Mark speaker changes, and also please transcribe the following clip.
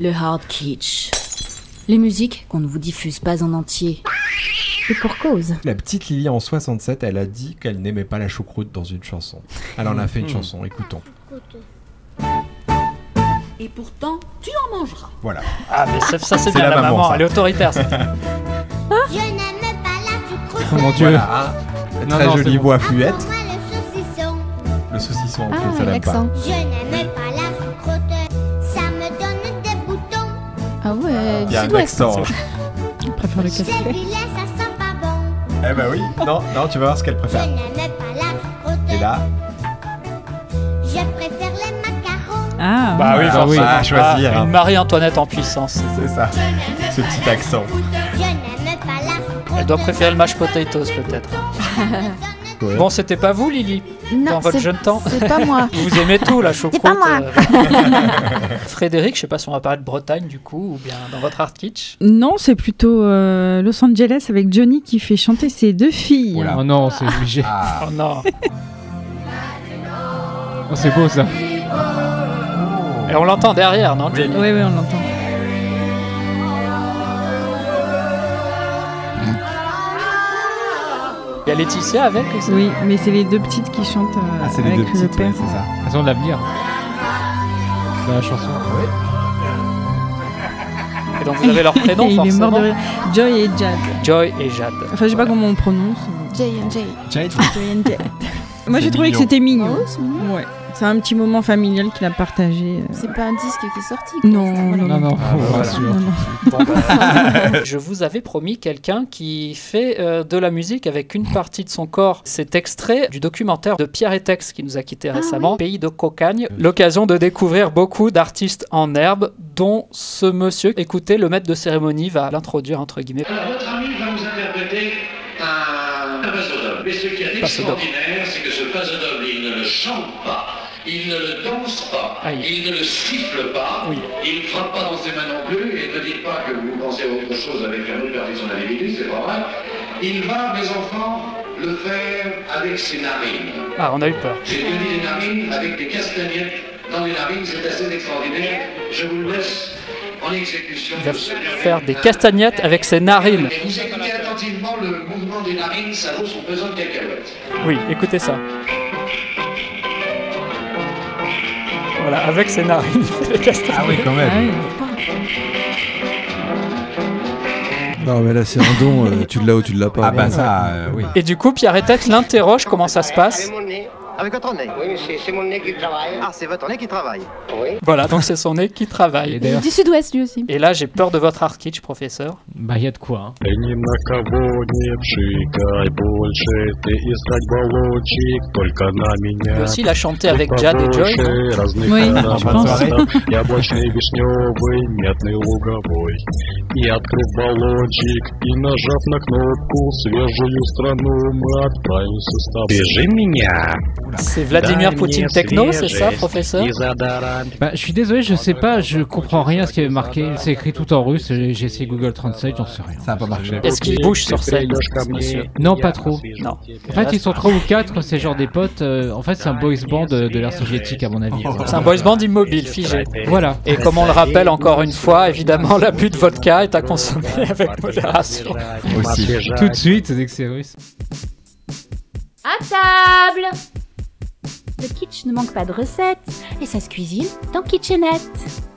Speaker 1: Le hard kitsch. Les musiques qu'on ne vous diffuse pas en entier. Et pour cause.
Speaker 2: La petite Lily en 67, elle a dit qu'elle n'aimait pas la choucroute dans une chanson. Elle en a fait une chanson, écoutons.
Speaker 3: Et pourtant, tu en mangeras.
Speaker 2: Voilà.
Speaker 4: Ah, mais ça, ça, c'est
Speaker 2: C'est
Speaker 4: bien
Speaker 2: la
Speaker 4: la, maman,
Speaker 2: maman, ça.
Speaker 4: elle est autoritaire. ça.
Speaker 5: Je n'aime pas la choucroute.
Speaker 4: Oh Mon dieu.
Speaker 2: Voilà, hein.
Speaker 4: Non,
Speaker 2: Très
Speaker 4: non, c'est
Speaker 2: jolie
Speaker 4: bon.
Speaker 2: voix
Speaker 5: Pour
Speaker 2: fluette.
Speaker 5: moi, le saucisson.
Speaker 2: Le saucisson, en
Speaker 6: Ah,
Speaker 2: plus, elle aime pas.
Speaker 6: l'accent.
Speaker 5: Je n'aime pas la choucroute. Ça me donne des boutons.
Speaker 6: Ah ouais, hein,
Speaker 2: Il
Speaker 6: du
Speaker 2: y a un
Speaker 6: sud-ouest.
Speaker 2: accent.
Speaker 6: Je préfère le
Speaker 5: C'est
Speaker 6: café.
Speaker 5: vilain, ça sent pas bon.
Speaker 2: Eh ben oui, non, non, tu vas voir ce qu'elle
Speaker 5: Je
Speaker 2: préfère.
Speaker 5: n'aime pas la
Speaker 2: Et
Speaker 5: choucroute.
Speaker 2: là,
Speaker 5: Je préfère les macarons.
Speaker 7: Ah,
Speaker 4: Bah oui,
Speaker 2: Ah,
Speaker 4: forcément.
Speaker 2: oui. Ah, choisir,
Speaker 4: Ah,
Speaker 2: hein.
Speaker 4: Une Marie-Antoinette en puissance.
Speaker 2: c'est ça,
Speaker 5: Je n'aime
Speaker 2: ce petit accent.
Speaker 5: Je n'aime pas la choucroute.
Speaker 4: Ah. Elle doit préférer le mashed potatoes peut-être.
Speaker 2: Ouais.
Speaker 4: Bon, c'était pas vous Lily Dans votre
Speaker 6: c'est-
Speaker 4: jeune temps.
Speaker 6: C'est pas moi.
Speaker 4: Vous aimez tout la choucroute.
Speaker 6: pas moi.
Speaker 4: euh, Frédéric, je sais pas si on va parler de Bretagne du coup ou bien dans votre art kitsch.
Speaker 7: Non, c'est plutôt euh, Los Angeles avec Johnny qui fait chanter ses deux filles.
Speaker 2: Oula.
Speaker 8: Oh non, c'est obligé.
Speaker 2: Ah,
Speaker 4: Oh non.
Speaker 8: Oh, c'est beau ça.
Speaker 4: Et on l'entend derrière, non
Speaker 2: Oui.
Speaker 7: Oui, oui, on l'entend.
Speaker 4: Il y a Laetitia avec aussi.
Speaker 7: Oui, mais c'est les deux petites qui chantent euh,
Speaker 2: ah, c'est les
Speaker 7: avec
Speaker 2: deux
Speaker 7: le
Speaker 2: petites, ouais,
Speaker 7: père.
Speaker 2: c'est ça.
Speaker 8: Elles ont de l'avenir. Dans la chanson.
Speaker 4: Et donc vous avez leur prénom
Speaker 7: Et il est mort de
Speaker 4: forcément.
Speaker 7: rire. Joy et Jad.
Speaker 4: Joy et Jade.
Speaker 7: Enfin, je sais pas comment on prononce.
Speaker 6: J&J.
Speaker 2: Jade,
Speaker 7: Joy and Oh. Jad. Moi, j'ai
Speaker 2: C'est
Speaker 7: trouvé que
Speaker 2: mignon.
Speaker 7: c'était
Speaker 6: Ah
Speaker 7: mignon.
Speaker 6: ouais, c'est mignon.
Speaker 7: Ouais. C'est un petit moment familial qu'il a partagé. euh.
Speaker 6: C'est pas un disque qui est sorti. quoi.
Speaker 7: Non,
Speaker 6: C'est- voilà.
Speaker 8: Non, non,
Speaker 2: Ah, bah,
Speaker 8: on
Speaker 2: voilà.
Speaker 8: rassure.
Speaker 7: Non, non.
Speaker 4: Bon, bah, je vous avais promis quelqu'un qui fait euh, de la musique avec une partie de son corps. C'est extrait du documentaire de Pierre Etex qui nous a quitté récemment, Pays de Cocagne. L'occasion de découvrir beaucoup d'artistes en herbe, dont ce monsieur. Écoutez, le maître de cérémonie va l'introduire entre guillemets.
Speaker 9: Alors, votre ami va vous interpréter un, un vasodome. Mais ce qu'il y
Speaker 4: Vasodome.
Speaker 9: a d'extraordinaire, c'est que ce vasodome, il ne le chante pas, il ne le danse pas,
Speaker 4: Aïe.
Speaker 9: il ne le siffle pas,
Speaker 4: Oui.
Speaker 9: il ne frappe pas dans ses mains non plus, et ne dites pas que vous pensez à autre chose avec un autre partie de son individu, c'est pas vrai. Il va, mes enfants, le faire avec ses narines.
Speaker 4: Ah, on a eu peur.
Speaker 9: J'ai tenu les narines avec des castagnettes dans les narines, c'est assez extraordinaire. Je vous le laisse en exécution.
Speaker 4: Il va faire des castagnettes avec ses narines.
Speaker 9: Et vous écoutez attentivement le mouvement des narines, ça vaut son pesant de cacahuètes.
Speaker 4: Oui, écoutez ça. Voilà, avec ses narines, il fait des castagnettes.
Speaker 2: Ah oui, quand
Speaker 7: Ah
Speaker 2: même.
Speaker 7: oui.
Speaker 10: Non, mais là, c'est un don. euh, tu l'as ou tu l'as pas.
Speaker 2: Ah bah ça, euh, oui.
Speaker 4: Et du coup, Pierre Etex l'interroge comment ça se passe.
Speaker 9: mon nez.
Speaker 11: Avec votre nez
Speaker 9: Oui, mais c'est mon nez qui travaille.
Speaker 11: Ah, c'est votre nez qui travaille.
Speaker 9: Oui.
Speaker 4: Voilà, donc c'est son nez qui travaille.
Speaker 8: Et d'ailleurs,
Speaker 6: Du sud-ouest lui aussi.
Speaker 4: Et là, j'ai peur de votre art kitsch, professeur.
Speaker 8: bah y a de quoi. Hein.
Speaker 4: Lui aussi, il a chanté avec Jad et Joy.
Speaker 7: Oui, je
Speaker 2: bonne
Speaker 7: pense.
Speaker 2: soirée.
Speaker 4: C'est Vladimir Poutine Techno, c'est ça, professeur
Speaker 8: Bah, je suis désolé, je sais pas, je comprends rien à ce qu'il y avait marqué. C'est écrit tout en russe, j'ai j'ai essayé Google Translate, j'en sais rien.
Speaker 2: Ça a pas marché.
Speaker 4: Est-ce qu'il bouge sur scène, ce monsieur
Speaker 8: Non, pas trop.
Speaker 4: Non.
Speaker 8: En fait, ils sont trois ou quatre, c'est genre des potes. euh, en fait, c'est un boys band euh, de l'ère soviétique, à mon avis.
Speaker 4: C'est un boys band immobile, figé.
Speaker 8: Voilà.
Speaker 4: Et comme on le rappelle encore une fois, évidemment, l'abus de vodka est à consommer avec modération.
Speaker 2: Aussi.
Speaker 8: Tout de suite, dès que c'est russe.
Speaker 5: À table
Speaker 1: Le kitsch ne manque pas de recettes et ça se cuisine dans Kitchenette.